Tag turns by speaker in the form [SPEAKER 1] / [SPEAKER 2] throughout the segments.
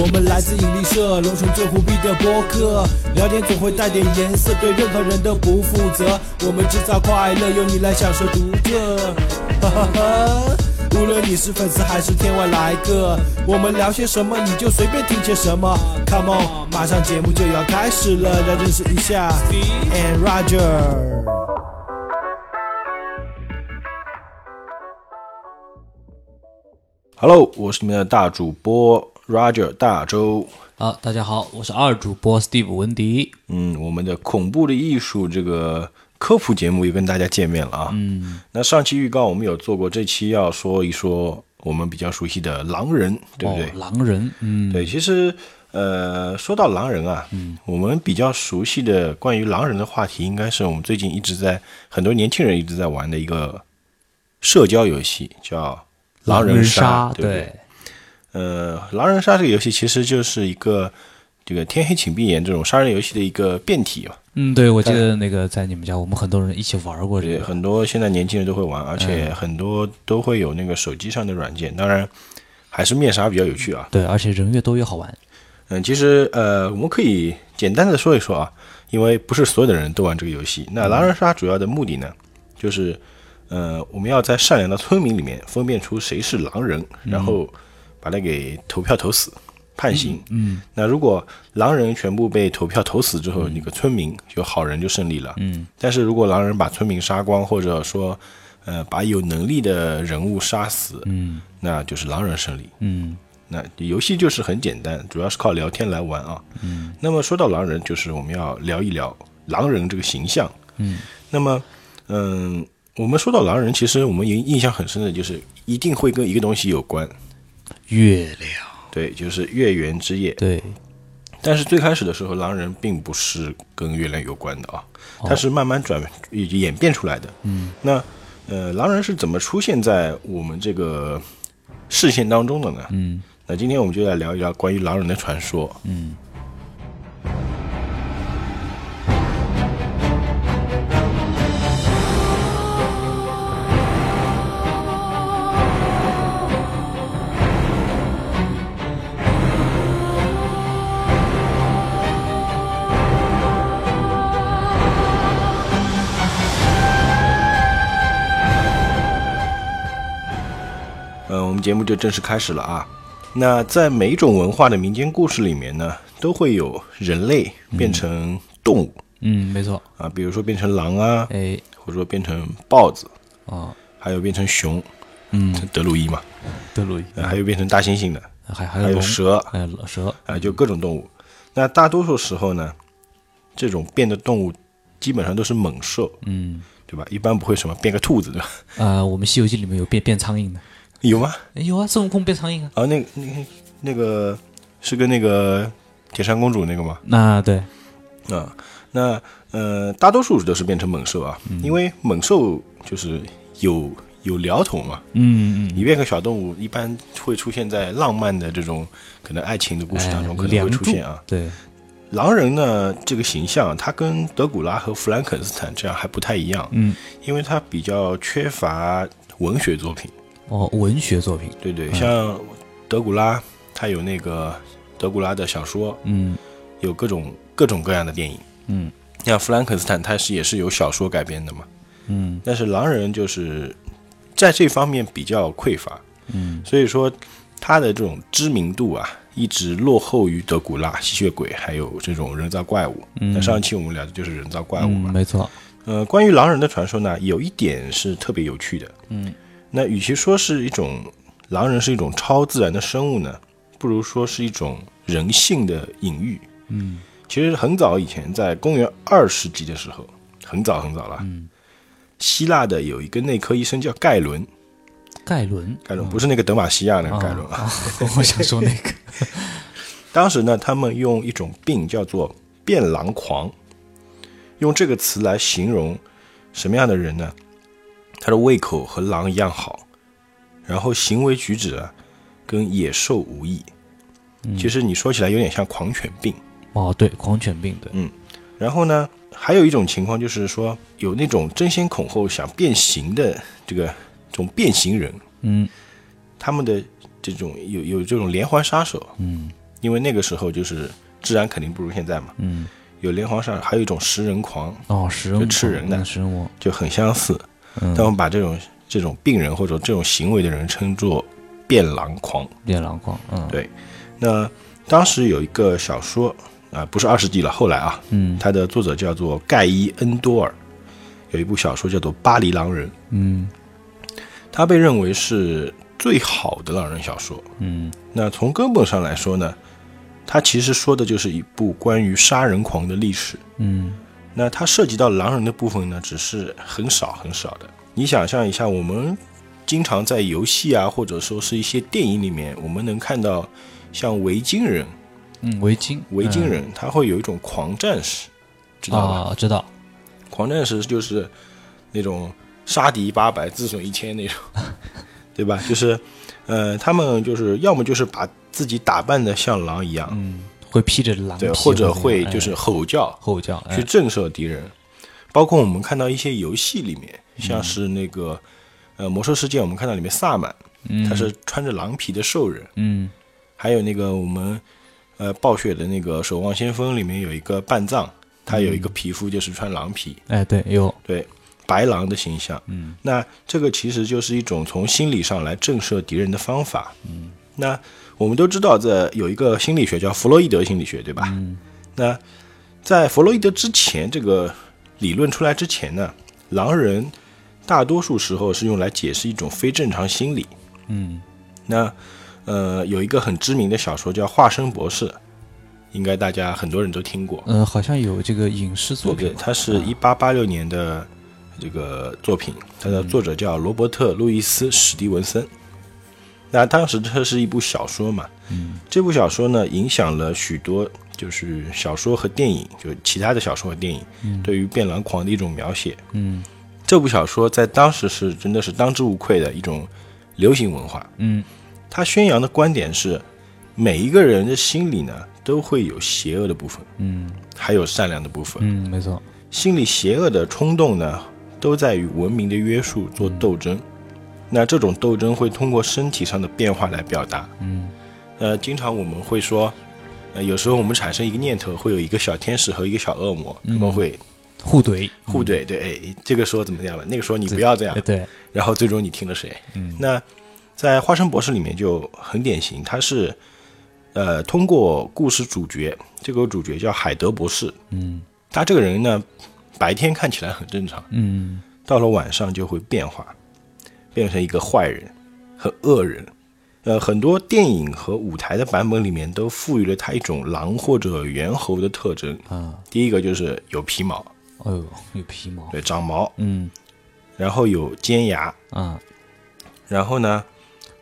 [SPEAKER 1] 我们来自引力社，龙城最虎逼的播客，聊天总会带点颜色，对任何人都不负责。我们制造快乐，由你来享受独特。 哈哈哈！无论你是粉丝还是天外来客，我们聊些什么你就随便听些什么。Come on，马上节目就要开始了，来认识一下 Steve and Roger。
[SPEAKER 2] Hello，我是你们的大主播 Roger 大周。
[SPEAKER 3] 好，啊大家好，我是二主播 Steve 文迪。
[SPEAKER 2] 嗯，我们的恐怖的艺术这个科普节目又跟大家见面了啊。嗯，那上期预告我们有做过，这期要说一说我们比较熟悉的狼人，对不对？
[SPEAKER 3] 哦，狼人，嗯，
[SPEAKER 2] 对，其实呃，说到狼人啊，嗯，我们比较熟悉的关于狼人的话题，应该是我们最近一直在很多年轻人一直在玩的一个社交游戏，叫狼
[SPEAKER 3] 人
[SPEAKER 2] 杀，
[SPEAKER 3] 对
[SPEAKER 2] 不对？呃，狼人杀这个游戏其实就是一个这个天黑请闭眼这种杀人游戏的一个变体啊吧。
[SPEAKER 3] 嗯，对，我记得那个在你们家，我们很多人一起玩过这
[SPEAKER 2] 对，
[SPEAKER 3] 个。
[SPEAKER 2] 很多现在年轻人都会玩，而且很多都会有那个手机上的软件。当然，还是面杀比较有趣啊。
[SPEAKER 3] 对，而且人越多越好玩。
[SPEAKER 2] 嗯，其实呃，我们可以简单的说一说啊，因为不是所有的人都玩这个游戏。那狼人杀主要的目的呢，就是呃，我们要在善良的村民里面分辨出谁是狼人，然后把他给投票投死，判刑。
[SPEAKER 3] 嗯，
[SPEAKER 2] 那如果狼人全部被投票投死之后，那个村民就好人就胜利了。
[SPEAKER 3] 嗯，
[SPEAKER 2] 但是如果狼人把村民杀光，或者说呃把有能力的人物杀死，
[SPEAKER 3] 嗯
[SPEAKER 2] 那就是狼人胜利。
[SPEAKER 3] 嗯，
[SPEAKER 2] 那游戏就是很简单，主要是靠聊天来玩啊。嗯。那么说到狼人，就是我们要聊一聊狼人这个形象。
[SPEAKER 3] 嗯。
[SPEAKER 2] 那么，嗯，我们说到狼人，其实我们印印象很深的就是一定会跟一个东西有关，
[SPEAKER 3] 月亮，
[SPEAKER 2] 对，就是月圆之夜。
[SPEAKER 3] 对，
[SPEAKER 2] 但是最开始的时候，狼人并不是跟月亮有关的啊，
[SPEAKER 3] 哦
[SPEAKER 2] 它是慢慢转演变出来的。嗯。那呃，狼人是怎么出现在我们这个视线当中的呢？
[SPEAKER 3] 嗯
[SPEAKER 2] 那今天我们就来聊一聊关于狼人的传说。
[SPEAKER 3] 嗯，
[SPEAKER 2] 呃，我们节目就正式开始了啊。那在每一种文化的民间故事里面呢，都会有人类变成动物、
[SPEAKER 3] 嗯，没错。
[SPEAKER 2] 啊，比如说变成狼啊，
[SPEAKER 3] 哎，
[SPEAKER 2] 或者说变成豹子，
[SPEAKER 3] 哦，
[SPEAKER 2] 还有变成熊，
[SPEAKER 3] 嗯，
[SPEAKER 2] 德鲁伊嘛，
[SPEAKER 3] 德鲁伊，
[SPEAKER 2] 呃还有变成大猩猩的，
[SPEAKER 3] 还还
[SPEAKER 2] 还
[SPEAKER 3] 有
[SPEAKER 2] 有
[SPEAKER 3] 龙，
[SPEAKER 2] 蛇啊、
[SPEAKER 3] 还有蛇，
[SPEAKER 2] 就各种动物。那大多数时候呢，这种变的动物基本上都是猛兽，
[SPEAKER 3] 嗯，
[SPEAKER 2] 对吧？一般不会什么变个兔子，对吧？
[SPEAKER 3] 呃，我们《西游记》里面有变变苍蝇的，
[SPEAKER 2] 有吗？
[SPEAKER 3] 哎有啊，孙悟空变苍蝇啊。
[SPEAKER 2] 啊，那那那个是跟那个铁扇公主那个吗？
[SPEAKER 3] 那对，
[SPEAKER 2] 啊，那呃，大多数都是变成猛兽啊，
[SPEAKER 3] 嗯
[SPEAKER 2] 因为猛兽就是有有聊头嘛。
[SPEAKER 3] 嗯嗯，
[SPEAKER 2] 你变个小动物，一般会出现在浪漫的这种可能爱情的故事当中，
[SPEAKER 3] 哎
[SPEAKER 2] 可能会出现
[SPEAKER 3] 梁
[SPEAKER 2] 啊
[SPEAKER 3] 祝。对，
[SPEAKER 2] 狼人呢，这个形象它跟德古拉和弗兰肯斯坦这样还不太一样，
[SPEAKER 3] 嗯，
[SPEAKER 2] 因为它比较缺乏文学作品。
[SPEAKER 3] 哦，文学作品，
[SPEAKER 2] 对对，像德古拉，他有那个德古拉的小说，
[SPEAKER 3] 嗯
[SPEAKER 2] 有各种各种各样的电影。
[SPEAKER 3] 嗯
[SPEAKER 2] 像弗兰肯斯坦，它是也是由小说改编的嘛。
[SPEAKER 3] 嗯
[SPEAKER 2] 但是狼人就是在这方面比较匮乏，
[SPEAKER 3] 嗯，
[SPEAKER 2] 所以说他的这种知名度啊，一直落后于德古拉、吸血鬼还有这种人造怪物。
[SPEAKER 3] 嗯
[SPEAKER 2] 那上一期我们聊的就是人造怪物
[SPEAKER 3] 嗯，
[SPEAKER 2] 嘛。
[SPEAKER 3] 没错，
[SPEAKER 2] 呃，关于狼人的传说呢，有一点是特别有趣的。
[SPEAKER 3] 嗯，
[SPEAKER 2] 那与其说是一种狼人是一种超自然的生物呢，不如说是一种人性的隐喻。
[SPEAKER 3] 嗯
[SPEAKER 2] 其实很早以前，在公元二世纪的时候，很早很早了。
[SPEAKER 3] 嗯，
[SPEAKER 2] 希腊的有一个内科医生叫盖伦，
[SPEAKER 3] 盖伦，
[SPEAKER 2] 盖伦不是那个德玛西亚那个盖伦啊。
[SPEAKER 3] 啊， 我想说那个，
[SPEAKER 2] 当时呢，他们用一种病叫做变狼狂，用这个词来形容什么样的人呢？他的胃口和狼一样好，然后行为举止啊跟野兽无异。其实你说起来有点像狂犬病。
[SPEAKER 3] 哦，对，狂犬病，对，
[SPEAKER 2] 然后呢，还有一种情况就是说，有那种争先恐后想变形的这个这种变形人，
[SPEAKER 3] 嗯
[SPEAKER 2] 他们的这种有有这种连环杀手，
[SPEAKER 3] 嗯，
[SPEAKER 2] 因为那个时候就是治安肯定不如现在嘛。
[SPEAKER 3] 嗯，
[SPEAKER 2] 有连环杀，还有一种食人狂，
[SPEAKER 3] 哦，食人魔
[SPEAKER 2] 就吃人的
[SPEAKER 3] 嗯食人魔，
[SPEAKER 2] 就很相似。
[SPEAKER 3] 嗯
[SPEAKER 2] 他，们把这种这种病人或者这种行为的人称作变狼狂。
[SPEAKER 3] 猎狼狂，嗯，
[SPEAKER 2] 对那当时有一个小说啊、不是二世纪了，后来啊，
[SPEAKER 3] 嗯
[SPEAKER 2] 它的作者叫做盖伊·恩多尔，有一部小说叫做《巴黎狼人》，
[SPEAKER 3] 嗯
[SPEAKER 2] 它被认为是最好的狼人小说。
[SPEAKER 3] 嗯
[SPEAKER 2] 那从根本上来说呢，它其实说的就是一部关于杀人狂的历史。
[SPEAKER 3] 嗯
[SPEAKER 2] 那它涉及到狼人的部分呢，只是很少很少的。你想象一下，我们经常在游戏啊，或者说是一些电影里面，我们能看到像维京人，
[SPEAKER 3] 嗯，围巾，
[SPEAKER 2] 维京
[SPEAKER 3] 嗯
[SPEAKER 2] 人他会有一种狂战士，知道吧？
[SPEAKER 3] 啊，知道，
[SPEAKER 2] 狂战士就是那种杀敌八百，自损一千那种， 对吧？就是，呃，他们就是要么就是把自己打扮的像狼一样，
[SPEAKER 3] 嗯，会披着狼
[SPEAKER 2] 对，
[SPEAKER 3] 皮
[SPEAKER 2] 或者
[SPEAKER 3] 怎么
[SPEAKER 2] 会
[SPEAKER 3] 样
[SPEAKER 2] 就是
[SPEAKER 3] 哎
[SPEAKER 2] 吼叫，
[SPEAKER 3] 吼叫，哎
[SPEAKER 2] 去震慑敌人。包括我们看到一些游戏里面，
[SPEAKER 3] 嗯
[SPEAKER 2] 像是那个呃《魔兽世界》，我们看到里面萨满，他是穿着狼皮的兽人，
[SPEAKER 3] 嗯
[SPEAKER 2] 还有那个我们呃暴雪的那个《守望先锋》里面有一个半藏，他有一
[SPEAKER 3] 嗯
[SPEAKER 2] 个皮肤就是穿狼皮，
[SPEAKER 3] 哎，对，有，
[SPEAKER 2] 对白狼的形象。
[SPEAKER 3] 嗯，
[SPEAKER 2] 那这个其实就是一种从心理上来震慑敌人的方法。嗯，那我们都知道，这有一个心理学叫弗洛伊德心理学，对吧？嗯，那在弗洛伊德之前，这个理论出来之前呢，狼人大多数时候是用来解释一种非正常心理。
[SPEAKER 3] 嗯
[SPEAKER 2] 那呃，有一个很知名的小说叫《化身博士》，应该大家很多人都听过。
[SPEAKER 3] 嗯，好像有这个影视作
[SPEAKER 2] 对
[SPEAKER 3] 品
[SPEAKER 2] 对，，
[SPEAKER 3] 嗯
[SPEAKER 2] 它是一八八六年的这个作品，它的作者叫罗伯特·路易斯·史蒂文森。那当时这是一部小说嘛，
[SPEAKER 3] 嗯
[SPEAKER 2] 这部小说呢影响了许多，就是小说和电影，就其他的小说和电影、对于变狼狂的一种描写。
[SPEAKER 3] 嗯
[SPEAKER 2] 这部小说在当时是真的是当之无愧的一种流行文化。
[SPEAKER 3] 嗯
[SPEAKER 2] 它宣扬的观点是，每一个人的心里呢都会有邪恶的部分，
[SPEAKER 3] 嗯
[SPEAKER 2] 还有善良的部分。
[SPEAKER 3] 嗯，没错，
[SPEAKER 2] 心里邪恶的冲动呢，都在与文明的约束做斗争。那这种斗争会通过身体上的变化来表达。
[SPEAKER 3] 嗯
[SPEAKER 2] 呃，经常我们会说，呃，有时候我们产生一个念头，会有一个小天使和一个小恶魔，他们会
[SPEAKER 3] 互怼，
[SPEAKER 2] 互怼，对，哎，这个说怎么样了，那个说你不要这样
[SPEAKER 3] 哎，对，
[SPEAKER 2] 然后最终你听了谁？嗯，那在《花生博士》里面就很典型，他是呃通过故事主角，这个主角叫海德博士，
[SPEAKER 3] 嗯
[SPEAKER 2] 他这个人呢，白天看起来很正常，
[SPEAKER 3] 嗯
[SPEAKER 2] 到了晚上就会变化，变成一个坏人，很恶人。呃，很多电影和舞台的版本里面都赋予了他一种狼或者猿猴的特征。
[SPEAKER 3] 啊，
[SPEAKER 2] 第一个就是有皮毛，
[SPEAKER 3] 哎呦，有皮毛，
[SPEAKER 2] 对，长毛，
[SPEAKER 3] 嗯
[SPEAKER 2] 然后有尖牙，
[SPEAKER 3] 啊，
[SPEAKER 2] 然后呢，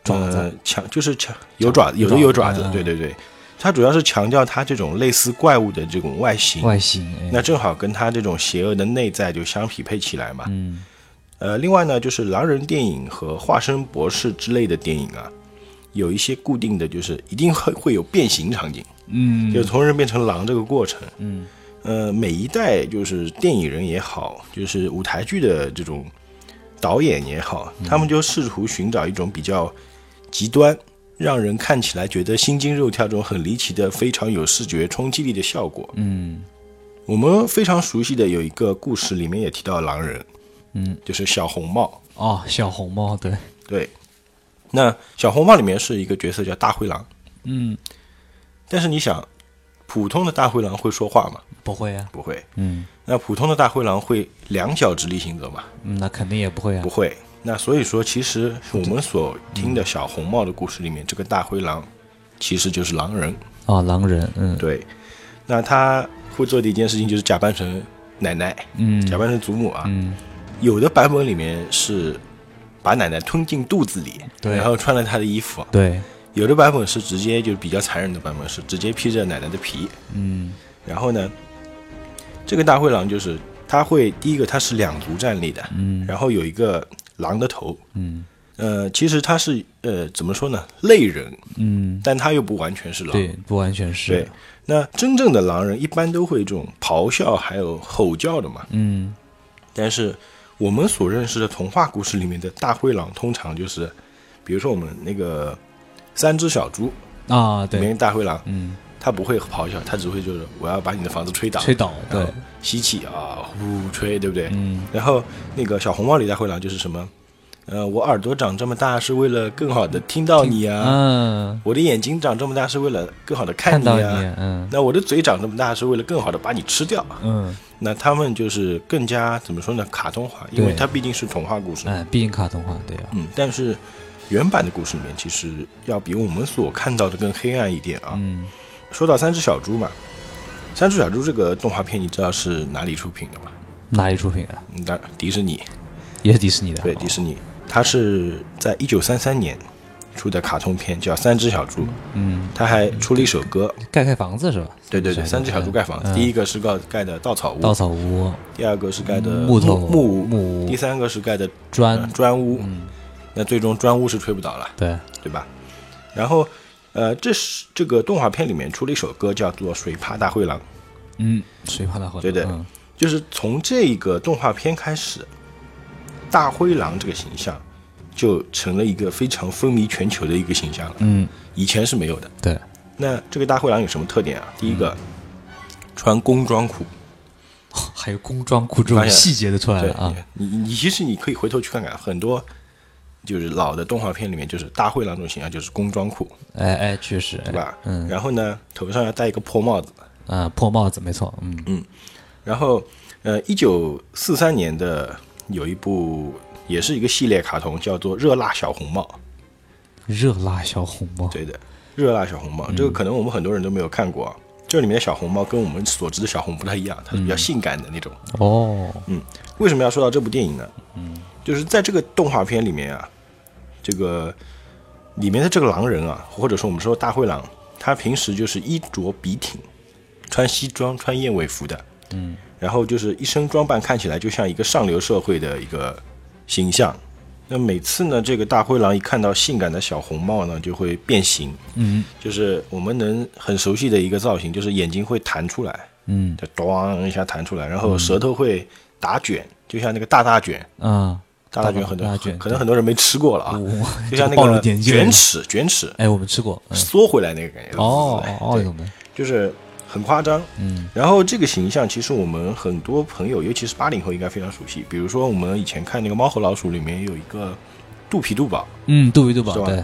[SPEAKER 3] 爪子
[SPEAKER 2] 呃，强就是强有爪子，有的
[SPEAKER 3] 爪
[SPEAKER 2] 有爪子
[SPEAKER 3] 嗯，
[SPEAKER 2] 对对对。它主要是强调它这种类似怪物的这种外形，
[SPEAKER 3] 外形，哎
[SPEAKER 2] 那正好跟它这种邪恶的内在就相匹配起来嘛。
[SPEAKER 3] 嗯
[SPEAKER 2] 呃，另外呢，就是狼人电影和化身博士之类的电影啊，有一些固定的，就是一定会会有变形场景，
[SPEAKER 3] 嗯
[SPEAKER 2] 就是从人变成狼这个过程。
[SPEAKER 3] 嗯
[SPEAKER 2] 呃，每一代就是电影人也好，就是舞台剧的这种导演也好，
[SPEAKER 3] 嗯
[SPEAKER 2] 他们就试图寻找一种比较极端，让人看起来觉得心惊肉跳这种很离奇的、非常有视觉冲击力的效果。
[SPEAKER 3] 嗯
[SPEAKER 2] 我们非常熟悉的有一个故事，里面也提到狼人，
[SPEAKER 3] 嗯，
[SPEAKER 2] 就是小红帽。
[SPEAKER 3] 哦，小红帽，对，
[SPEAKER 2] 对，那小红帽里面是一个角色叫大灰狼，
[SPEAKER 3] 嗯，
[SPEAKER 2] 但是你想，普通的大灰狼会说话吗？
[SPEAKER 3] 不会啊，
[SPEAKER 2] 不会。
[SPEAKER 3] 嗯，
[SPEAKER 2] 那普通的大灰狼会两脚直立行走吗？
[SPEAKER 3] 嗯那肯定也不会啊
[SPEAKER 2] 不，会。那所以说，其实我们所听的小红帽的故事里面，这个大灰狼其实就是狼人。
[SPEAKER 3] 哦，狼人，嗯
[SPEAKER 2] 对，那他会做的一件事情就是假扮成奶奶，
[SPEAKER 3] 嗯
[SPEAKER 2] 假扮成祖母啊。
[SPEAKER 3] 嗯，
[SPEAKER 2] 有的版本里面是把奶奶吞进肚子里，
[SPEAKER 3] 对
[SPEAKER 2] 然后穿了她的衣服。
[SPEAKER 3] 对，
[SPEAKER 2] 有的版本是直接就是比较残忍的版本，是直接披着奶奶的皮。
[SPEAKER 3] 嗯
[SPEAKER 2] 然后呢，这个大灰狼就是它会第一个它是两足站立的，
[SPEAKER 3] 嗯
[SPEAKER 2] 然后有一个狼的头。
[SPEAKER 3] 嗯
[SPEAKER 2] 呃，其实它是呃怎么说呢，类人，
[SPEAKER 3] 嗯，
[SPEAKER 2] 但它又不完全是狼。
[SPEAKER 3] 对，不完全是，
[SPEAKER 2] 对，那真正的狼人一般都会这种咆哮还有吼叫的嘛，
[SPEAKER 3] 嗯
[SPEAKER 2] 但是我们所认识的童话故事里面的大灰狼，通常就是，比如说我们那个三只小猪，
[SPEAKER 3] 啊，
[SPEAKER 2] 名
[SPEAKER 3] 对，
[SPEAKER 2] 人大灰狼，
[SPEAKER 3] 嗯，
[SPEAKER 2] 他不会咆哮，他只会就是我要把你的房子吹倒，
[SPEAKER 3] 吹倒，
[SPEAKER 2] 然
[SPEAKER 3] 对
[SPEAKER 2] 后，吸气啊，呼吹，对不对？
[SPEAKER 3] 嗯，
[SPEAKER 2] 然后那个小红帽李大灰狼就是什么？呃，我耳朵长这么大是为了更好的听到你啊，
[SPEAKER 3] 嗯，
[SPEAKER 2] 我的眼睛长这么大是为了更好的看
[SPEAKER 3] 看到你，
[SPEAKER 2] 啊，
[SPEAKER 3] 嗯
[SPEAKER 2] 那我的嘴长这么大是为了更好的把你吃掉。啊
[SPEAKER 3] 嗯，
[SPEAKER 2] 那他们就是更加怎么说呢？卡通化，因为
[SPEAKER 3] 对
[SPEAKER 2] 它毕竟是童话故事。
[SPEAKER 3] 哎，毕竟卡通化，对啊，
[SPEAKER 2] 嗯，但是原版的故事里面其实要比我们所看到的更黑暗一点啊。
[SPEAKER 3] 嗯，
[SPEAKER 2] 说到三只小猪嘛，三只小猪这个动画片你知道是哪里出品的吗？
[SPEAKER 3] 哪里出品的？
[SPEAKER 2] 嗯，当迪士尼，
[SPEAKER 3] 也是迪士尼的，
[SPEAKER 2] 对，迪士尼，它是在一九三三年出的卡通片，叫《三只小猪》，
[SPEAKER 3] 嗯，
[SPEAKER 2] 它还出了一首歌。
[SPEAKER 3] 盖盖房子是吧？
[SPEAKER 2] 对对对，三只小猪盖房子，
[SPEAKER 3] 嗯
[SPEAKER 2] 第一个是盖盖的稻草屋，
[SPEAKER 3] 稻草屋、
[SPEAKER 2] 第二个是盖的
[SPEAKER 3] 嗯木头
[SPEAKER 2] 木屋，
[SPEAKER 3] 木屋
[SPEAKER 2] 第三个是盖的呃
[SPEAKER 3] 砖，
[SPEAKER 2] 砖屋。
[SPEAKER 3] 嗯，
[SPEAKER 2] 那最终砖屋是吹不倒了，
[SPEAKER 3] 对，
[SPEAKER 2] 对吧？然后，呃，这是这个动画片里面出了一首歌，叫做《水帕大灰狼》，
[SPEAKER 3] 嗯，水泡大火，
[SPEAKER 2] 对对
[SPEAKER 3] 嗯
[SPEAKER 2] 就是从这个动画片开始，大灰狼这个形象就成了一个非常风靡全球的一个形象了，
[SPEAKER 3] 嗯，
[SPEAKER 2] 以前是没有的。
[SPEAKER 3] 对，
[SPEAKER 2] 那这个大灰狼有什么特点啊？第一个，穿工装裤，
[SPEAKER 3] 还有工装裤这种
[SPEAKER 2] 发现
[SPEAKER 3] 细节都出来
[SPEAKER 2] 对
[SPEAKER 3] 了啊，
[SPEAKER 2] 你你你其实你可以回头去看看很多。就是老的动画片里面，就是大灰狼这种形象，啊就是工装裤，
[SPEAKER 3] 哎哎，确实，
[SPEAKER 2] 对吧？
[SPEAKER 3] 嗯
[SPEAKER 2] 然后呢，头上要戴一个破帽子，
[SPEAKER 3] 啊，破帽子没错，嗯
[SPEAKER 2] 然后，呃，一九四三年的有一部也是一个系列卡通，叫做《热辣小红帽
[SPEAKER 3] 热辣小红帽》。，
[SPEAKER 2] 对的，《热辣小红帽》
[SPEAKER 3] 嗯
[SPEAKER 2] 这个可能我们很多人都没有看过啊。这里面的小红帽跟我们所知的小红不太一样，它是比较
[SPEAKER 3] 嗯
[SPEAKER 2] 性感的那种。
[SPEAKER 3] 哦，
[SPEAKER 2] 嗯为什么要说到这部电影呢？嗯，就是在这个动画片里面啊，这个里面的这个狼人啊，或者说我们说大灰狼，他平时就是衣着笔挺，穿西装，穿燕尾服的，嗯，然后就是一身装扮看起来就像一个上流社会的一个形象。那每次呢，这个大灰狼一看到性感的小红帽呢，就会变形，
[SPEAKER 3] 嗯
[SPEAKER 2] 就是我们能很熟悉的一个造型，就是眼睛会弹出来，
[SPEAKER 3] 嗯
[SPEAKER 2] 就咣一下弹出来，然后舌头会打卷，就像那个大大卷，
[SPEAKER 3] 啊，
[SPEAKER 2] 大大卷很多
[SPEAKER 3] 大大卷
[SPEAKER 2] 可能很多人没吃过了啊，
[SPEAKER 3] 我
[SPEAKER 2] 就像那
[SPEAKER 3] 暴露
[SPEAKER 2] 个
[SPEAKER 3] 年纪了
[SPEAKER 2] 卷尺卷尺
[SPEAKER 3] 哎，我们吃过，嗯
[SPEAKER 2] 缩回来那个感觉，
[SPEAKER 3] 哦
[SPEAKER 2] 对
[SPEAKER 3] 哦，
[SPEAKER 2] 对
[SPEAKER 3] 有没？
[SPEAKER 2] 就是很夸张。
[SPEAKER 3] 嗯
[SPEAKER 2] 然后这个形象，其实我们很多朋友，尤其是八零后，应该非常熟悉。比如说，我们以前看那个《猫和老鼠》里面有一个肚皮肚宝，
[SPEAKER 3] 嗯，杜比杜宝
[SPEAKER 2] 是吧
[SPEAKER 3] 对，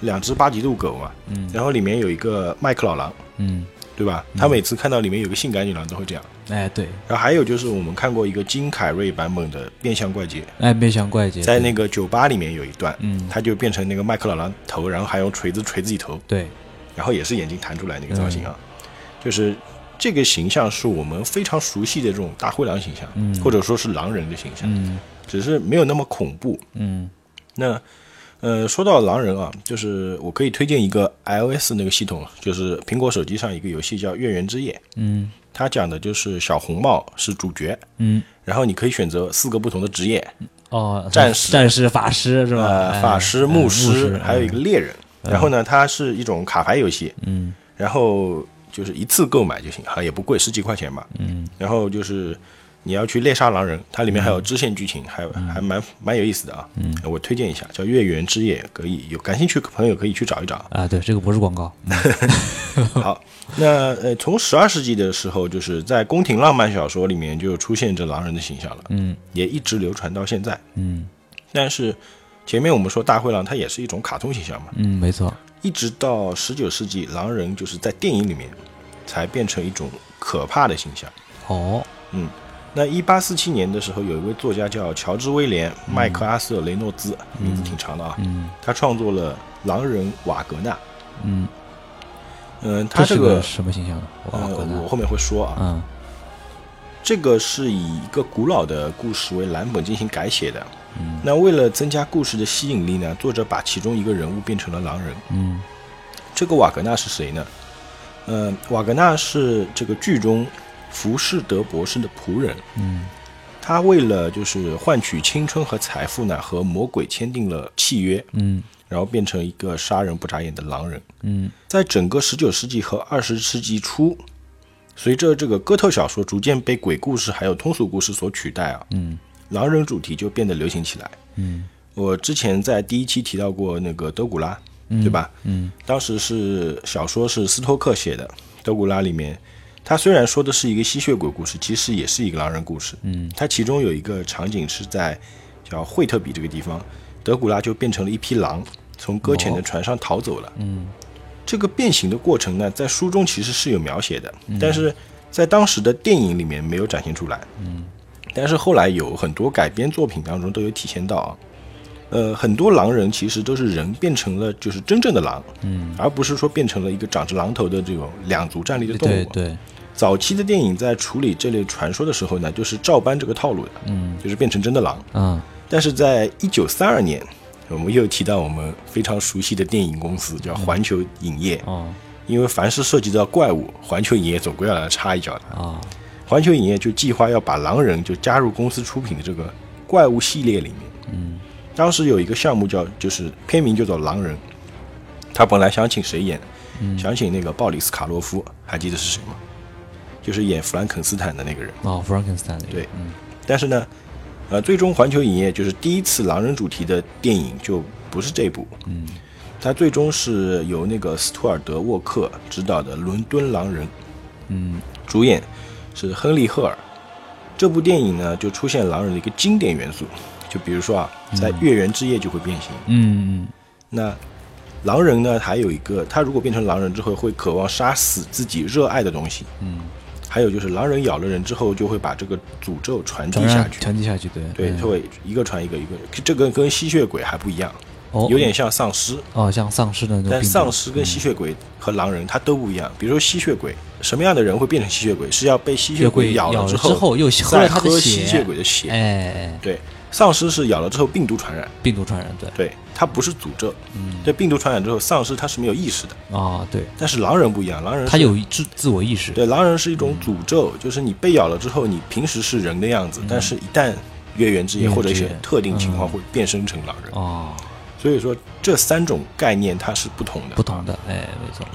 [SPEAKER 2] 两只巴吉杜狗嘛，
[SPEAKER 3] 嗯
[SPEAKER 2] 然后里面有一个麦克老狼，
[SPEAKER 3] 嗯，
[SPEAKER 2] 对吧？他每次看到里面有个性感女郎都会这样。
[SPEAKER 3] 哎对，
[SPEAKER 2] 然后还有就是我们看过一个金凯瑞版本的《变相怪杰
[SPEAKER 3] 哎，面相怪杰》，
[SPEAKER 2] 在
[SPEAKER 3] 对
[SPEAKER 2] 那个酒吧里面有一段，
[SPEAKER 3] 嗯
[SPEAKER 2] 他就变成那个麦克老狼头，然后还用锤子锤自己头，
[SPEAKER 3] 对，
[SPEAKER 2] 然后也是眼睛弹出来那个造型
[SPEAKER 3] 嗯
[SPEAKER 2] 啊，就是这个形象是我们非常熟悉的这种大灰狼形象，
[SPEAKER 3] 嗯
[SPEAKER 2] 或者说是狼人的形象，
[SPEAKER 3] 嗯
[SPEAKER 2] 只是没有那么恐怖。
[SPEAKER 3] 嗯
[SPEAKER 2] 那呃，说到狼人啊，就是我可以推荐一个 iOS 那个系统，啊就是苹果手机上一个游戏叫《月圆之夜》，
[SPEAKER 3] 嗯
[SPEAKER 2] 它讲的就是小红帽是主角，
[SPEAKER 3] 嗯，
[SPEAKER 2] 然后你可以选择四个不同的职业，
[SPEAKER 3] 哦，
[SPEAKER 2] 战士
[SPEAKER 3] 战士法师是吧？
[SPEAKER 2] 呃，
[SPEAKER 3] 哎
[SPEAKER 2] 法师、
[SPEAKER 3] 哎
[SPEAKER 2] 牧
[SPEAKER 3] 牧
[SPEAKER 2] 师，还有一个
[SPEAKER 3] 嗯
[SPEAKER 2] 猎人。然后呢，它是一种卡牌游戏，
[SPEAKER 3] 嗯
[SPEAKER 2] 然后就是一次购买就行，啊好像也不贵，十几块钱吧。
[SPEAKER 3] 嗯
[SPEAKER 2] 然后就是你要去猎杀狼人，它里面还有支线剧情，还有
[SPEAKER 3] 嗯
[SPEAKER 2] 还蛮蛮有意思的啊。嗯，我推荐一下，叫《月圆之夜》，可以有感兴趣的朋友可以去找一找。
[SPEAKER 3] 啊，对，这个不是广告，嗯
[SPEAKER 2] 好，那呃，从十二世纪的时候，就是在宫廷浪漫小说里面就出现这狼人的形象了，
[SPEAKER 3] 嗯
[SPEAKER 2] 也一直流传到现在。
[SPEAKER 3] 嗯
[SPEAKER 2] 但是前面我们说大灰狼它也是一种卡通形象嘛，
[SPEAKER 3] 嗯，没错，
[SPEAKER 2] 一直到十九世纪，狼人就是在电影里面才变成一种可怕的形象。
[SPEAKER 3] 哦，
[SPEAKER 2] 嗯，那一八四七年的时候，有一位作家叫乔治·威廉·麦克阿瑟·雷诺兹，名字挺长的啊，
[SPEAKER 3] 嗯
[SPEAKER 2] 他创作了狼人瓦格纳。
[SPEAKER 3] 嗯，
[SPEAKER 2] 嗯，他这
[SPEAKER 3] 这是
[SPEAKER 2] 个
[SPEAKER 3] 什么形象呢？哇，
[SPEAKER 2] 呃
[SPEAKER 3] 滚，蛋
[SPEAKER 2] 我后面会说啊，
[SPEAKER 3] 嗯
[SPEAKER 2] 这个是以一个古老的故事为蓝本进行改写的。
[SPEAKER 3] 嗯
[SPEAKER 2] 那为了增加故事的吸引力呢，作者把其中一个人物变成了狼人。
[SPEAKER 3] 嗯
[SPEAKER 2] 这个瓦格纳是谁呢？呃，瓦格纳是这个剧中浮士德博士的仆人，
[SPEAKER 3] 嗯
[SPEAKER 2] 他为了就是换取青春和财富呢，和魔鬼签订了契约，
[SPEAKER 3] 嗯
[SPEAKER 2] 然后变成一个杀人不眨眼的狼人。
[SPEAKER 3] 嗯
[SPEAKER 2] 在整个19世纪和20世纪初，随着这个哥特小说逐渐被鬼故事还有通俗故事所取代啊，
[SPEAKER 3] 嗯
[SPEAKER 2] 狼人主题就变得流行起来。
[SPEAKER 3] 嗯
[SPEAKER 2] 我之前在第一期提到过那个德古拉，对吧？
[SPEAKER 3] 嗯
[SPEAKER 2] 当时是小说是斯托克写的，《德古拉》里面，他虽然说的是一个吸血鬼故事，其实也是一个狼人故事。
[SPEAKER 3] 嗯，
[SPEAKER 2] 它其中有一个场景是在叫惠特比这个地方，德古拉就变成了一匹狼，从搁浅的船上逃走了。
[SPEAKER 3] 嗯
[SPEAKER 2] 这个变形的过程呢，在书中其实是有描写的，但是在当时的电影里面没有展现出来。
[SPEAKER 3] 嗯，
[SPEAKER 2] 但是后来有很多改编作品当中都有体现到啊。呃，很多狼人其实都是人变成了就是真正的狼，
[SPEAKER 3] 嗯，
[SPEAKER 2] 而不是说变成了一个长着狼头的这种两足站立的动物。
[SPEAKER 3] 对对，
[SPEAKER 2] 早期的电影在处理这类传说的时候呢，就是照搬这个套路的，
[SPEAKER 3] 嗯
[SPEAKER 2] 就是变成真的狼。
[SPEAKER 3] 嗯
[SPEAKER 2] 但是在一九三二年，我们又提到我们非常熟悉的电影公司叫环球影业，
[SPEAKER 3] 哦
[SPEAKER 2] 因为凡是涉及到怪物，环球影业总归要来插一脚的。
[SPEAKER 3] 啊
[SPEAKER 2] 环球影业就计划要把狼人就加入公司出品的这个怪物系列里面。
[SPEAKER 3] 嗯
[SPEAKER 2] 当时有一个项目叫，就是片名就叫《狼人》，他本来想请谁演，想请那个鲍里斯卡洛夫，还记得是谁吗？就是演弗兰肯斯坦的那个人。
[SPEAKER 3] 哦，Frankenstein 那个
[SPEAKER 2] 对
[SPEAKER 3] 嗯
[SPEAKER 2] 但是呢，呃，最终环球影业就是第一次狼人主题的电影就不是这部，
[SPEAKER 3] 嗯
[SPEAKER 2] 它最终是由那个斯图尔德沃克执导的《伦敦狼人》，
[SPEAKER 3] 嗯
[SPEAKER 2] 主演是亨利·赫尔。这部电影呢，就出现狼人的一个经典元素，就比如说啊，在月圆之夜就会变形。
[SPEAKER 3] 嗯
[SPEAKER 2] 那狼人呢，还有一个，他如果变成狼人之后，会渴望杀死自己热爱的东西。
[SPEAKER 3] 嗯，
[SPEAKER 2] 还有就是，狼人咬了人之后，就会把这个诅咒传递
[SPEAKER 3] 传
[SPEAKER 2] 下
[SPEAKER 3] 染
[SPEAKER 2] 去。
[SPEAKER 3] 传递下去，对
[SPEAKER 2] 对，
[SPEAKER 3] 嗯
[SPEAKER 2] 他会一个传一个，一个这个跟吸血鬼还不一样，
[SPEAKER 3] 哦
[SPEAKER 2] 有点像丧尸，
[SPEAKER 3] 哦，像丧尸的那种病
[SPEAKER 2] 但
[SPEAKER 3] 毒，
[SPEAKER 2] 丧尸跟吸血鬼和狼人它都不一样。比如说吸血鬼，什么样的人会变成吸血鬼？是要被吸血
[SPEAKER 3] 鬼
[SPEAKER 2] 咬
[SPEAKER 3] 咬
[SPEAKER 2] 之
[SPEAKER 3] 之后又喝
[SPEAKER 2] 再
[SPEAKER 3] 了他的
[SPEAKER 2] 喝吸
[SPEAKER 3] 血
[SPEAKER 2] 血鬼的血。
[SPEAKER 3] 哎哎，
[SPEAKER 2] 对，丧尸是咬了之后病毒传染，
[SPEAKER 3] 病毒传染，对，
[SPEAKER 2] 对，它不是诅咒。
[SPEAKER 3] 嗯
[SPEAKER 2] 这病毒传染之后，丧尸它是没有意识的，
[SPEAKER 3] 啊，对，
[SPEAKER 2] 但是狼人不一样，狼人是
[SPEAKER 3] 他有自自我意识，
[SPEAKER 2] 对狼人是一种诅咒，就是你被咬了之后，你平时是人的样子，但是一旦月圆之夜
[SPEAKER 3] 月圆
[SPEAKER 2] 或者一
[SPEAKER 3] 嗯之
[SPEAKER 2] 些
[SPEAKER 3] 夜
[SPEAKER 2] 特定情况会变身成狼人。
[SPEAKER 3] 哦，
[SPEAKER 2] 所以说这三种概念它是不同的。
[SPEAKER 3] 不同的，哎，没错，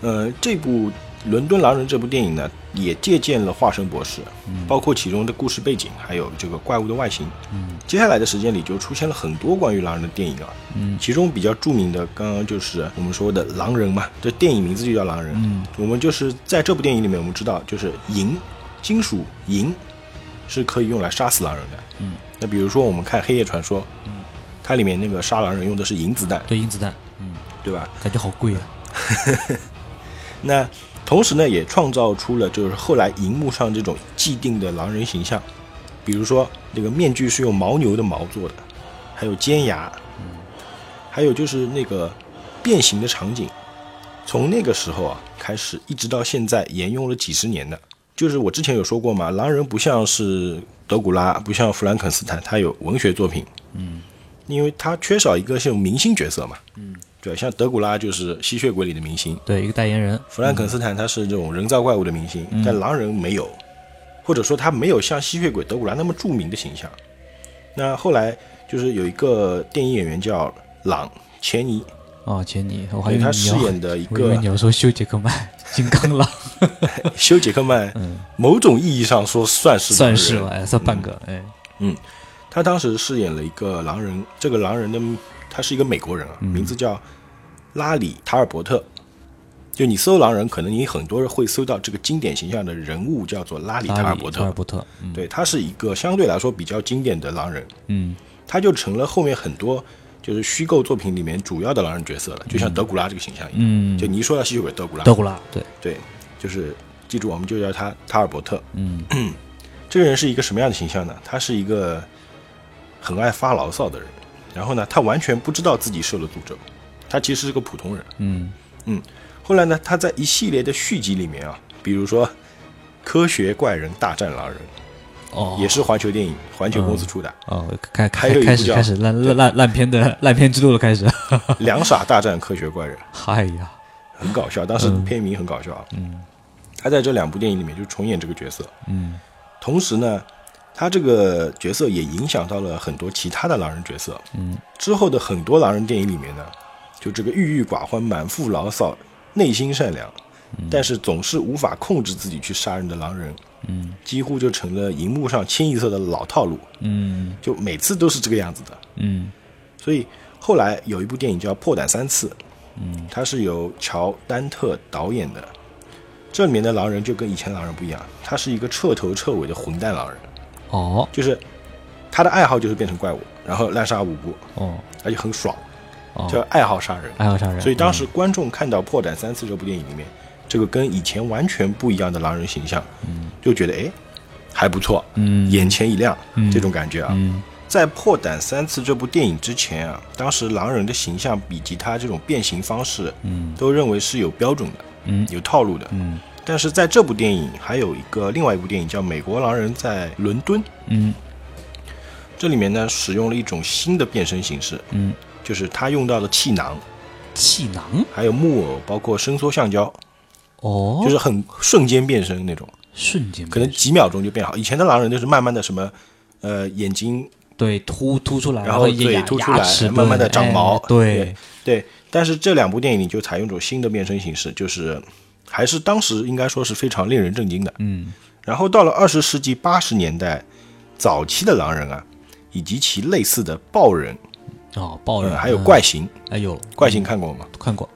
[SPEAKER 2] 呃，这部《伦敦狼人》这部电影呢，也借鉴了化身博士，包括其中的故事背景，还有这个怪物的外形。
[SPEAKER 3] 嗯
[SPEAKER 2] 接下来的时间里就出现了很多关于狼人的电影啊，
[SPEAKER 3] 嗯
[SPEAKER 2] 其中比较著名的，刚刚就是我们说的《狼人》嘛，这电影名字就叫《狼人》。
[SPEAKER 3] 嗯
[SPEAKER 2] 我们就是在这部电影里面，我们知道就是银，金属银是可以用来杀死狼人的。
[SPEAKER 3] 嗯，
[SPEAKER 2] 那比如说我们看《黑夜传说》，它里面那个杀狼人用的是银子弹，
[SPEAKER 3] 对，原子弹，嗯，
[SPEAKER 2] 对吧？
[SPEAKER 3] 感觉好贵啊，
[SPEAKER 2] 那同时呢，也创造出了就是后来荧幕上这种既定的狼人形象，比如说那个面具是用牦牛的毛做的，还有尖牙，还有就是那个变形的场景，从那个时候啊开始，一直到现在沿用了几十年的。就是我之前有说过嘛，狼人不像是德古拉，不像弗兰肯斯坦，他有文学作品，嗯，因为他缺少一个像明星角色嘛，嗯，对，像德古拉就是吸血鬼里的明星，
[SPEAKER 3] 对，一个代言人，
[SPEAKER 2] 弗兰肯斯坦他是这种人造怪物的明星，
[SPEAKER 3] 嗯
[SPEAKER 2] 但狼人没有，或者说他没有像吸血鬼德古拉那么著名的形象。那后来就是有一个电影演员叫朗钱尼，
[SPEAKER 3] 哦，钱尼，我还以
[SPEAKER 2] 对
[SPEAKER 3] 为
[SPEAKER 2] 他
[SPEAKER 3] 你
[SPEAKER 2] 饰
[SPEAKER 3] 要，
[SPEAKER 2] 演的一
[SPEAKER 3] 我以为
[SPEAKER 2] 个
[SPEAKER 3] 你要说修杰克曼、金刚狼，
[SPEAKER 2] 休·杰克曼，某种意义上说算 是
[SPEAKER 3] 嗯
[SPEAKER 2] 嗯
[SPEAKER 3] 算
[SPEAKER 2] 狼
[SPEAKER 3] 是
[SPEAKER 2] 人
[SPEAKER 3] 吧，哎，算半个，哎，
[SPEAKER 2] 他当时饰演了一个狼人，这个狼人的他是一个美国人啊，
[SPEAKER 3] 嗯
[SPEAKER 2] 名字叫拉里·塔尔伯特。就你搜狼人，可能你很多人会搜到这个经典形象的人物，叫做拉里·塔
[SPEAKER 3] 拉
[SPEAKER 2] 尔
[SPEAKER 3] 里
[SPEAKER 2] 伯
[SPEAKER 3] ·塔
[SPEAKER 2] 特
[SPEAKER 3] 尔。伯特，嗯
[SPEAKER 2] 对，他是一个相对来说比较经典的狼人，
[SPEAKER 3] 嗯
[SPEAKER 2] 他就成了后面很多就是虚构作品里面主要的狼人角色了，就像德古拉这个形象一样。
[SPEAKER 3] 嗯，
[SPEAKER 2] 就你一说到吸血鬼德古拉，
[SPEAKER 3] 德古拉，对，
[SPEAKER 2] 对，就是记住我们就叫他塔尔伯特。
[SPEAKER 3] 嗯
[SPEAKER 2] 这个人是一个什么样的形象呢？他是一个很爱发牢骚的人，然后呢，他完全不知道自己受了诅咒，他其实是个普通人。
[SPEAKER 3] 嗯
[SPEAKER 2] 后来呢，他在一系列的续集里面啊，比如说《科学怪人大战狼人》，
[SPEAKER 3] 哦，
[SPEAKER 2] 也是环球电影环球公司出的。
[SPEAKER 3] 哦，开
[SPEAKER 2] 还
[SPEAKER 3] 开
[SPEAKER 2] 有一部
[SPEAKER 3] 开始
[SPEAKER 2] 叫
[SPEAKER 3] 开始烂烂烂烂片的烂片之路了，开始。
[SPEAKER 2] 两傻大战科学怪人，
[SPEAKER 3] 嗨呀，
[SPEAKER 2] 很搞笑，当时片名很搞笑啊。
[SPEAKER 3] 嗯
[SPEAKER 2] 他在这两部电影里面就重演这个角色，
[SPEAKER 3] 嗯
[SPEAKER 2] 同时呢，他这个角色也影响到了很多其他的狼人角色。
[SPEAKER 3] 嗯，
[SPEAKER 2] 之后的很多狼人电影里面呢，就这个郁郁寡欢、满腹牢骚、内心善良，但是总是无法控制自己去杀人的狼人，
[SPEAKER 3] 嗯
[SPEAKER 2] 几乎就成了荧幕上清一色的老套路，
[SPEAKER 3] 嗯
[SPEAKER 2] 就每次都是这个样子的。
[SPEAKER 3] 嗯
[SPEAKER 2] 所以后来有一部电影叫《破胆三次》，
[SPEAKER 3] 嗯，
[SPEAKER 2] 它是由乔丹特导演的。这里面的狼人就跟以前狼人不一样，他是一个彻头彻尾的混蛋狼人，
[SPEAKER 3] 哦
[SPEAKER 2] 就是他的爱好就是变成怪物，然后滥杀无辜，
[SPEAKER 3] 哦
[SPEAKER 2] 而且很爽，叫
[SPEAKER 3] 哦，
[SPEAKER 2] 爱好杀人。
[SPEAKER 3] 爱好杀人，
[SPEAKER 2] 啊所以当时观众看到《破绽三次》这部电影里面，这个跟以前完全不一样的狼人形象，就觉得哎还不错，
[SPEAKER 3] 嗯，
[SPEAKER 2] 眼前一亮、
[SPEAKER 3] 嗯
[SPEAKER 2] 这种感觉啊。
[SPEAKER 3] 嗯
[SPEAKER 2] 在《破胆三次》这部电影之前啊，当时狼人的形象以及他这种变形方式，
[SPEAKER 3] 嗯
[SPEAKER 2] 都认为是有标准的、
[SPEAKER 3] 嗯
[SPEAKER 2] 有套路的。
[SPEAKER 3] 嗯
[SPEAKER 2] 但是在这部电影，还有一个另外一部电影叫《美国狼人在伦敦》，
[SPEAKER 3] 嗯
[SPEAKER 2] 这里面呢使用了一种新的变身形式，
[SPEAKER 3] 嗯，
[SPEAKER 2] 就是他用到了气囊，
[SPEAKER 3] 气囊
[SPEAKER 2] 还有木偶，包括伸缩橡胶，
[SPEAKER 3] 哦，
[SPEAKER 2] 就是很瞬间变身那种，
[SPEAKER 3] 瞬间
[SPEAKER 2] 可能
[SPEAKER 3] 变身
[SPEAKER 2] 几秒钟就变好。以前的狼人就是慢慢的什么，呃，眼睛
[SPEAKER 3] 对凸凸出来，
[SPEAKER 2] 然后
[SPEAKER 3] 也
[SPEAKER 2] 嘴
[SPEAKER 3] 牙
[SPEAKER 2] 凸出
[SPEAKER 3] 牙
[SPEAKER 2] 来
[SPEAKER 3] 齿，
[SPEAKER 2] 慢慢的长毛
[SPEAKER 3] 哎。对，
[SPEAKER 2] 对，但是这两部电影里就采用一种新的变身形式，就是还是当时应该说是非常令人震惊的。
[SPEAKER 3] 嗯
[SPEAKER 2] 然后到了二十世纪八十年代早期的狼人啊，以及其类似的豹人，
[SPEAKER 3] 哦，暴
[SPEAKER 2] 呃
[SPEAKER 3] 人
[SPEAKER 2] 还有怪，形，
[SPEAKER 3] 嗯哎有
[SPEAKER 2] 怪形看过吗
[SPEAKER 3] 看过，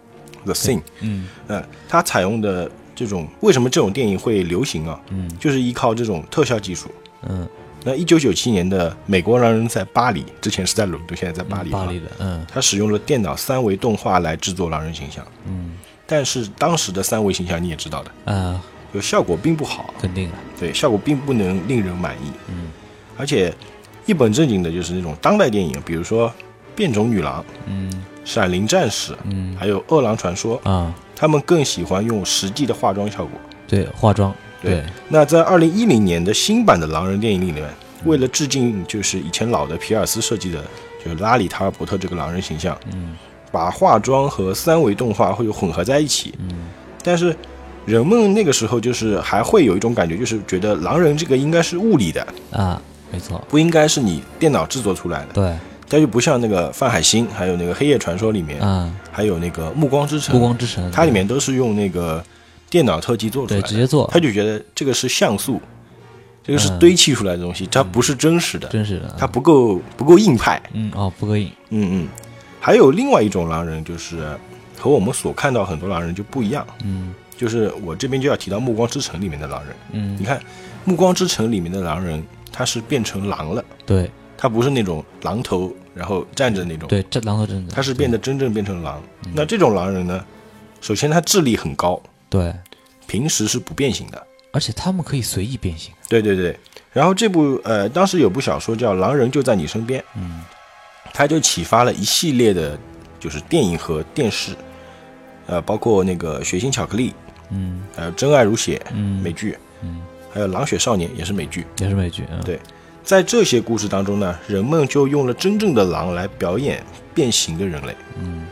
[SPEAKER 2] ？The Thing，
[SPEAKER 3] 嗯
[SPEAKER 2] 嗯，它采用的这种为什么这种电影会流行啊？
[SPEAKER 3] 嗯
[SPEAKER 2] 就是依靠这种特效技术。
[SPEAKER 3] 嗯，
[SPEAKER 2] 那一九九七年的美国狼人在巴黎，之前是在伦敦，现在在巴黎、啊。
[SPEAKER 3] 巴黎的，嗯
[SPEAKER 2] 他使用了电脑三维动画来制作狼人形象。
[SPEAKER 3] 嗯
[SPEAKER 2] 但是当时的三维形象你也知道的，
[SPEAKER 3] 啊，
[SPEAKER 2] 就效果并不好，
[SPEAKER 3] 肯定了，
[SPEAKER 2] 对，效果并不能令人满意，
[SPEAKER 3] 嗯
[SPEAKER 2] 而且一本正经的就是那种当代电影，比如说《变种女郎》
[SPEAKER 3] 嗯
[SPEAKER 2] 《闪灵战士》，
[SPEAKER 3] 嗯
[SPEAKER 2] 还有《饿狼传说》，
[SPEAKER 3] 啊，
[SPEAKER 2] 他们更喜欢用实际的化妆效果。
[SPEAKER 3] 对，化妆，
[SPEAKER 2] 对，那在二零一零年的新版的狼人电影里面，为了致敬就是以前老的皮尔斯设计的，就是拉里·塔尔伯特这个狼人形象，
[SPEAKER 3] 嗯
[SPEAKER 2] 把化妆和三维动画会混合在一起，
[SPEAKER 3] 嗯
[SPEAKER 2] 但是人们那个时候就是还会有一种感觉，就是觉得狼人这个应该是物理的，
[SPEAKER 3] 啊，没错，
[SPEAKER 2] 不应该是你电脑制作出来的。
[SPEAKER 3] 对，
[SPEAKER 2] 它就不像那个范海辛，还有那个《黑夜传说》里面，
[SPEAKER 3] 啊，
[SPEAKER 2] 还有那个《暮光之城
[SPEAKER 3] 暮》，光之城，
[SPEAKER 2] 它嗯里面都是用那个电脑特技做出来
[SPEAKER 3] 对
[SPEAKER 2] 的。
[SPEAKER 3] 直接做
[SPEAKER 2] 他，就觉得这个是像素，这个是
[SPEAKER 3] 啊嗯
[SPEAKER 2] 堆砌出来的东西，它不是真实的，
[SPEAKER 3] 真是的，
[SPEAKER 2] 它不够不够硬派。
[SPEAKER 3] 嗯哦不膈应，
[SPEAKER 2] 嗯嗯，还有另外一种狼人，就是和我们所看到很多狼人就不一样。
[SPEAKER 3] 嗯
[SPEAKER 2] 就是我这边就要提到《暮光之城》里面的狼人。你
[SPEAKER 3] 嗯，
[SPEAKER 2] 看，《暮光之城》里面的狼人，他是变成狼了，
[SPEAKER 3] 对
[SPEAKER 2] 他不是那种狼头然后站着那种，
[SPEAKER 3] 对，嗯这狼头真的，
[SPEAKER 2] 他是变得真正变成狼。那这种狼人呢，首先他智力很高，
[SPEAKER 3] 对，
[SPEAKER 2] 平时是不变形的。
[SPEAKER 3] 而且他们可以随意变形，
[SPEAKER 2] 对对对。然后这部呃，当时有部小说叫《狼人就在你身边》，
[SPEAKER 3] 嗯
[SPEAKER 2] 他就启发了一系列的，就是电影和电视，呃，包括那个《血腥巧克力》，
[SPEAKER 3] 嗯
[SPEAKER 2] 还有《真爱如血》
[SPEAKER 3] 嗯，
[SPEAKER 2] 美剧，
[SPEAKER 3] 嗯
[SPEAKER 2] 还有《狼血少年》也是美剧。
[SPEAKER 3] 也是美剧，嗯
[SPEAKER 2] 对在这些故事当中呢，人们就用了真正的狼来表演变形的人类。
[SPEAKER 3] 嗯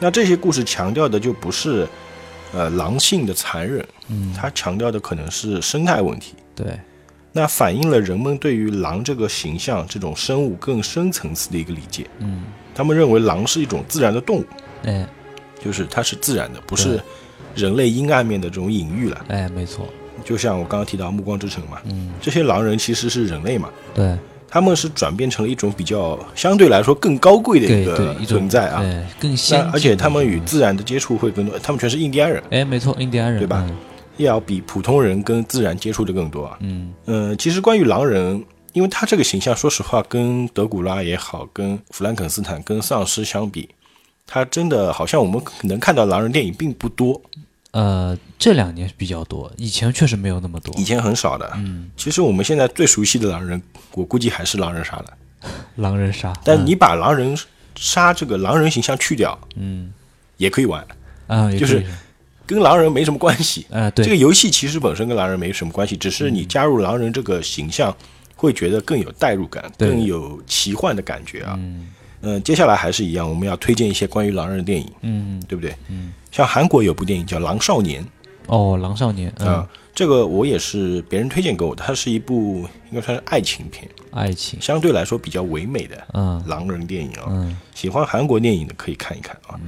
[SPEAKER 2] 那这些故事强调的就不是，呃，狼性的残忍，
[SPEAKER 3] 嗯，
[SPEAKER 2] 它强调的可能是生态问题。
[SPEAKER 3] 对
[SPEAKER 2] 那反映了人们对于狼这个形象、这种生物更深层次的一个理解。
[SPEAKER 3] 嗯
[SPEAKER 2] 他们认为狼是一种自然的动物，
[SPEAKER 3] 哎
[SPEAKER 2] 就是它是自然的，不
[SPEAKER 3] 对
[SPEAKER 2] 是人类阴暗面的这种隐喻了。
[SPEAKER 3] 哎没错，
[SPEAKER 2] 就像我刚刚提到《暮光之城》嘛，
[SPEAKER 3] 嗯
[SPEAKER 2] 这些狼人其实是人类嘛，
[SPEAKER 3] 对
[SPEAKER 2] 他们是转变成了一种比较相对来说更高贵的
[SPEAKER 3] 对
[SPEAKER 2] 一
[SPEAKER 3] 对
[SPEAKER 2] 个
[SPEAKER 3] 一种
[SPEAKER 2] 存在啊。
[SPEAKER 3] 对更先
[SPEAKER 2] 那
[SPEAKER 3] 进，
[SPEAKER 2] 而且他们与自然的接触会更多，他们全是印第安人，
[SPEAKER 3] 哎没错印第安人
[SPEAKER 2] 对吧？也要比普通人跟自然接触的更多啊。
[SPEAKER 3] 嗯
[SPEAKER 2] 嗯，其实关于狼人，因为他这个形象，说实话，跟德古拉也好，跟弗兰肯斯坦、跟丧尸相比，他真的好像我们能看到狼人电影并不多，
[SPEAKER 3] 嗯呃这两年比较多，以前确实没有那么多，
[SPEAKER 2] 以前很少的。嗯，其实我们现在最熟悉的狼人，我估计还是狼人杀
[SPEAKER 3] 嗯
[SPEAKER 2] 了。
[SPEAKER 3] 狼人杀，
[SPEAKER 2] 但你把狼人杀这个狼人形象去掉，
[SPEAKER 3] 嗯
[SPEAKER 2] 也可以玩，
[SPEAKER 3] 啊也
[SPEAKER 2] 就是
[SPEAKER 3] 可以
[SPEAKER 2] 跟狼人没什么关系。
[SPEAKER 3] 啊对嗯
[SPEAKER 2] 这个游戏其实本身跟狼人没什么关系，只是你加入狼人这个形象，会觉得更有代入感，
[SPEAKER 3] 对
[SPEAKER 2] 更有奇幻的感觉啊。
[SPEAKER 3] 嗯
[SPEAKER 2] 嗯，接下来还是一样，我们要推荐一些关于狼人的电影，
[SPEAKER 3] 嗯
[SPEAKER 2] 对不对？
[SPEAKER 3] 嗯，
[SPEAKER 2] 像韩国有部电影叫《狼少年》
[SPEAKER 3] 哦狼少年嗯
[SPEAKER 2] 啊，这个我也是别人推荐给我的，它是一部应该算是爱情片，
[SPEAKER 3] 爱情
[SPEAKER 2] 相对来说比较唯美的
[SPEAKER 3] 嗯
[SPEAKER 2] 狼人电影啊。
[SPEAKER 3] 嗯
[SPEAKER 2] 喜欢韩国电影的可以看一看啊。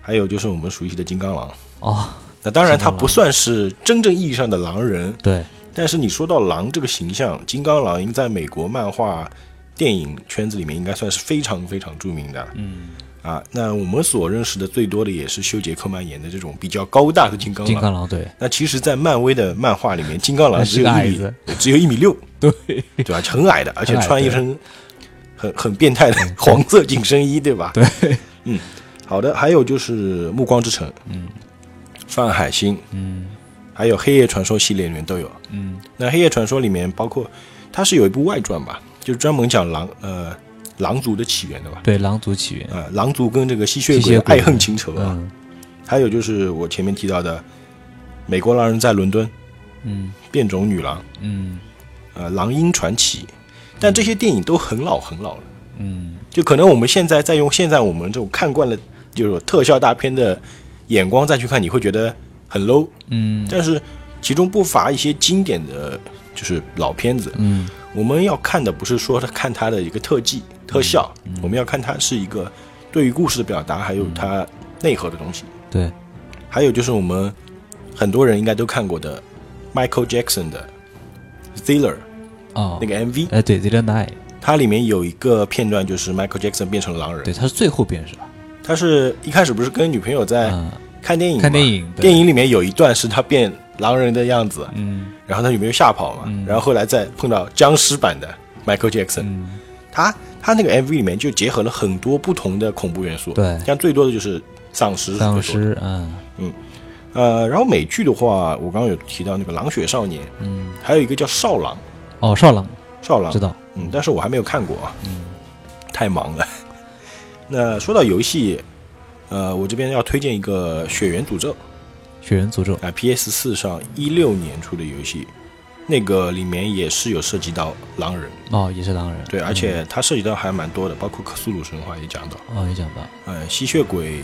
[SPEAKER 2] 还有就是我们熟悉的《金刚狼》，
[SPEAKER 3] 哦
[SPEAKER 2] 那当然它
[SPEAKER 3] 金刚狼
[SPEAKER 2] 不算是真正意义上的狼人，
[SPEAKER 3] 对
[SPEAKER 2] 但是你说到狼这个形象，金刚狼应在美国漫画、电影圈子里面应该算是非常非常著名的。
[SPEAKER 3] 嗯
[SPEAKER 2] 啊，那我们所认识的最多的也是修杰克曼演的这种比较高大的金刚
[SPEAKER 3] 金
[SPEAKER 2] 狼。
[SPEAKER 3] 刚狼对，
[SPEAKER 2] 那其实，在漫威的漫画里 面，金刚狼
[SPEAKER 3] 是
[SPEAKER 2] 只
[SPEAKER 3] 个
[SPEAKER 2] 有一
[SPEAKER 3] 矮
[SPEAKER 2] 米
[SPEAKER 3] 子，
[SPEAKER 2] 对只有一米六，
[SPEAKER 3] 对，
[SPEAKER 2] 对吧？很矮的，而且
[SPEAKER 3] 很矮
[SPEAKER 2] 穿一
[SPEAKER 3] 对
[SPEAKER 2] 身很很变态的黄色紧身衣，对吧？
[SPEAKER 3] 对，
[SPEAKER 2] 嗯，好的。还有就是《暮光之城》，嗯，范海辛，嗯，还有《黑夜传说》系列里面都有。
[SPEAKER 3] 嗯，
[SPEAKER 2] 那《黑夜传说》里面包括它是有一部外传吧，就是专门讲狼呃狼族的起源的吧。
[SPEAKER 3] 对，狼族起源，
[SPEAKER 2] 呃，狼族跟这个吸血
[SPEAKER 3] 吸
[SPEAKER 2] 鬼
[SPEAKER 3] 血
[SPEAKER 2] 的
[SPEAKER 3] 鬼
[SPEAKER 2] 爱恨情仇啊，
[SPEAKER 3] 嗯
[SPEAKER 2] 还有就是我前面提到的《美国狼人在伦敦》《
[SPEAKER 3] 嗯
[SPEAKER 2] 变种女郎》
[SPEAKER 3] 嗯
[SPEAKER 2] 呃，《狼鹰传奇》，但这些电影都很老很老了，
[SPEAKER 3] 嗯，
[SPEAKER 2] 就可能我们现在再用现在我们这种看惯了就是特效大片的眼光再去看，你会觉得很 low，
[SPEAKER 3] 嗯
[SPEAKER 2] 但是其中不乏一些经典的就是老片子，
[SPEAKER 3] 嗯
[SPEAKER 2] 我们要看的不是说看它的一个特技、特效，
[SPEAKER 3] 嗯
[SPEAKER 2] 我们要看它是一个对于故事的表达，还有它内核的东西。
[SPEAKER 3] 对，
[SPEAKER 2] 还有就是我们很多人应该都看过的 Michael Jackson 的 Thriller
[SPEAKER 3] 哦，
[SPEAKER 2] 那个 MV，
[SPEAKER 3] 哎对 z e l n i g h
[SPEAKER 2] 它里面有一个片段就是 Michael Jackson 变成狼人
[SPEAKER 3] 对，，他是最后边是吧？
[SPEAKER 2] 他是一开始不是跟女朋友在
[SPEAKER 3] 嗯
[SPEAKER 2] 看电影嘛，
[SPEAKER 3] 看电影对
[SPEAKER 2] 电影里面有一段是他变狼人的样子，
[SPEAKER 3] 嗯
[SPEAKER 2] 然后他女朋友吓跑嘛，然后后来再碰到僵尸版的 Michael Jackson，
[SPEAKER 3] 嗯，
[SPEAKER 2] 他他那个 MV 里面就结合了很多不同的恐怖元素，
[SPEAKER 3] 对
[SPEAKER 2] 像最多的就是丧尸是最多
[SPEAKER 3] 丧
[SPEAKER 2] 的，
[SPEAKER 3] 尸嗯
[SPEAKER 2] 呃，然后美剧的话，我刚刚有提到那个《狼血少年》，
[SPEAKER 3] 嗯，
[SPEAKER 2] 还有一个叫《少狼
[SPEAKER 3] 哦，少狼》，
[SPEAKER 2] 少狼
[SPEAKER 3] 知，道，嗯
[SPEAKER 2] 嗯，但是我还没有看过啊，太忙了。 那说到游戏，呃，我这边要推荐一个《血缘诅咒》
[SPEAKER 3] 血缘诅咒，
[SPEAKER 2] 啊，PS 四上一六年出的游戏，那个里面也是有涉及到狼人，
[SPEAKER 3] 哦，也是狼人，
[SPEAKER 2] 对，而且它涉及到还蛮多的，包括克苏鲁神话也讲到。
[SPEAKER 3] 哦，也讲到，
[SPEAKER 2] 呃，吸血鬼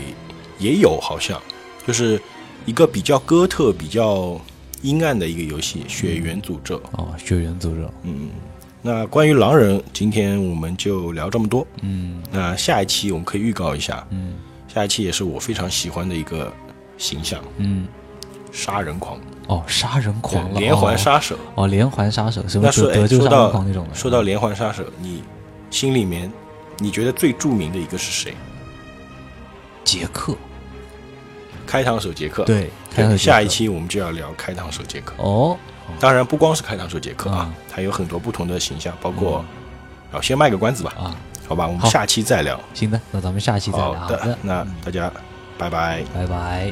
[SPEAKER 2] 也有，好像就是一个比较哥特、比较阴暗的一个游戏《血缘诅咒》。
[SPEAKER 3] 哦，血缘诅咒，
[SPEAKER 2] 嗯，那关于狼人，今天我们就聊这么多。
[SPEAKER 3] 嗯
[SPEAKER 2] 那下一期我们可以预告一下，
[SPEAKER 3] 嗯
[SPEAKER 2] 下一期也是我非常喜欢的一个形象
[SPEAKER 3] 嗯，
[SPEAKER 2] ——杀人狂，
[SPEAKER 3] 哦，杀人狂了，
[SPEAKER 2] 连环杀手。
[SPEAKER 3] 哦，哦，连环杀手，什么
[SPEAKER 2] 那说
[SPEAKER 3] 德
[SPEAKER 2] 哎，
[SPEAKER 3] 德州
[SPEAKER 2] 说
[SPEAKER 3] 杀人
[SPEAKER 2] 到
[SPEAKER 3] 狂那种的，
[SPEAKER 2] 说到连环杀手，你心里面你觉得最著名的一个是谁？
[SPEAKER 3] 杰克，
[SPEAKER 2] 开膛手杰克。
[SPEAKER 3] 对，
[SPEAKER 2] 对，
[SPEAKER 3] 看看
[SPEAKER 2] 下一
[SPEAKER 3] 杰克
[SPEAKER 2] 期我们就要聊开膛手杰克。
[SPEAKER 3] 哦，
[SPEAKER 2] 当然不光是开膛手杰克啊
[SPEAKER 3] 啊，
[SPEAKER 2] 还有很多不同的形象，包括，啊，先卖个关子吧，
[SPEAKER 3] 啊，
[SPEAKER 2] 好吧，我们
[SPEAKER 3] 哦好
[SPEAKER 2] 下期再聊。
[SPEAKER 3] 行的，那咱们下期再聊，好
[SPEAKER 2] 的，那大家拜拜。
[SPEAKER 3] 拜拜。